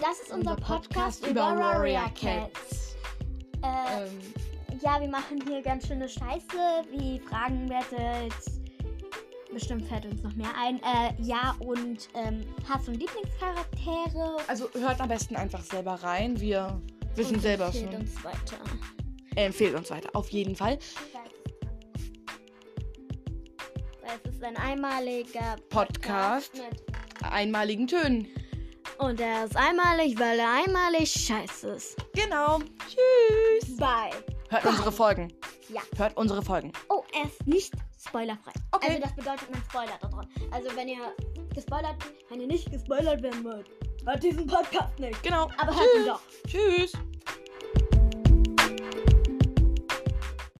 Das ist unser Podcast über Warrior Cats. Äh, Ähm, ja, wir machen hier ganz schöne Scheiße. Wie Fragen werdet. Bestimmt fällt uns noch mehr ein. Äh, ja, und ähm, Hass- und Lieblingscharaktere. also hört am besten einfach selber rein. Wir wissen und selber empfehlt schon. uns weiter. Äh, empfehlt uns weiter. Auf jeden Fall. Weil es ist ein einmaliger Podcast. mit- Einmaligen Tönen. Und er ist einmalig, weil er einmalig scheiße ist. Genau. Tschüss. Bye. Hört unsere Folgen. Ja. Hört unsere Folgen. Oh, er ist nicht spoilerfrei. Okay. Also das bedeutet, man spoilert da dran. Also wenn ihr gespoilert, wenn ihr nicht gespoilert werden wollt, hört diesen Podcast nicht. Genau. Aber hört ihn doch. Tschüss.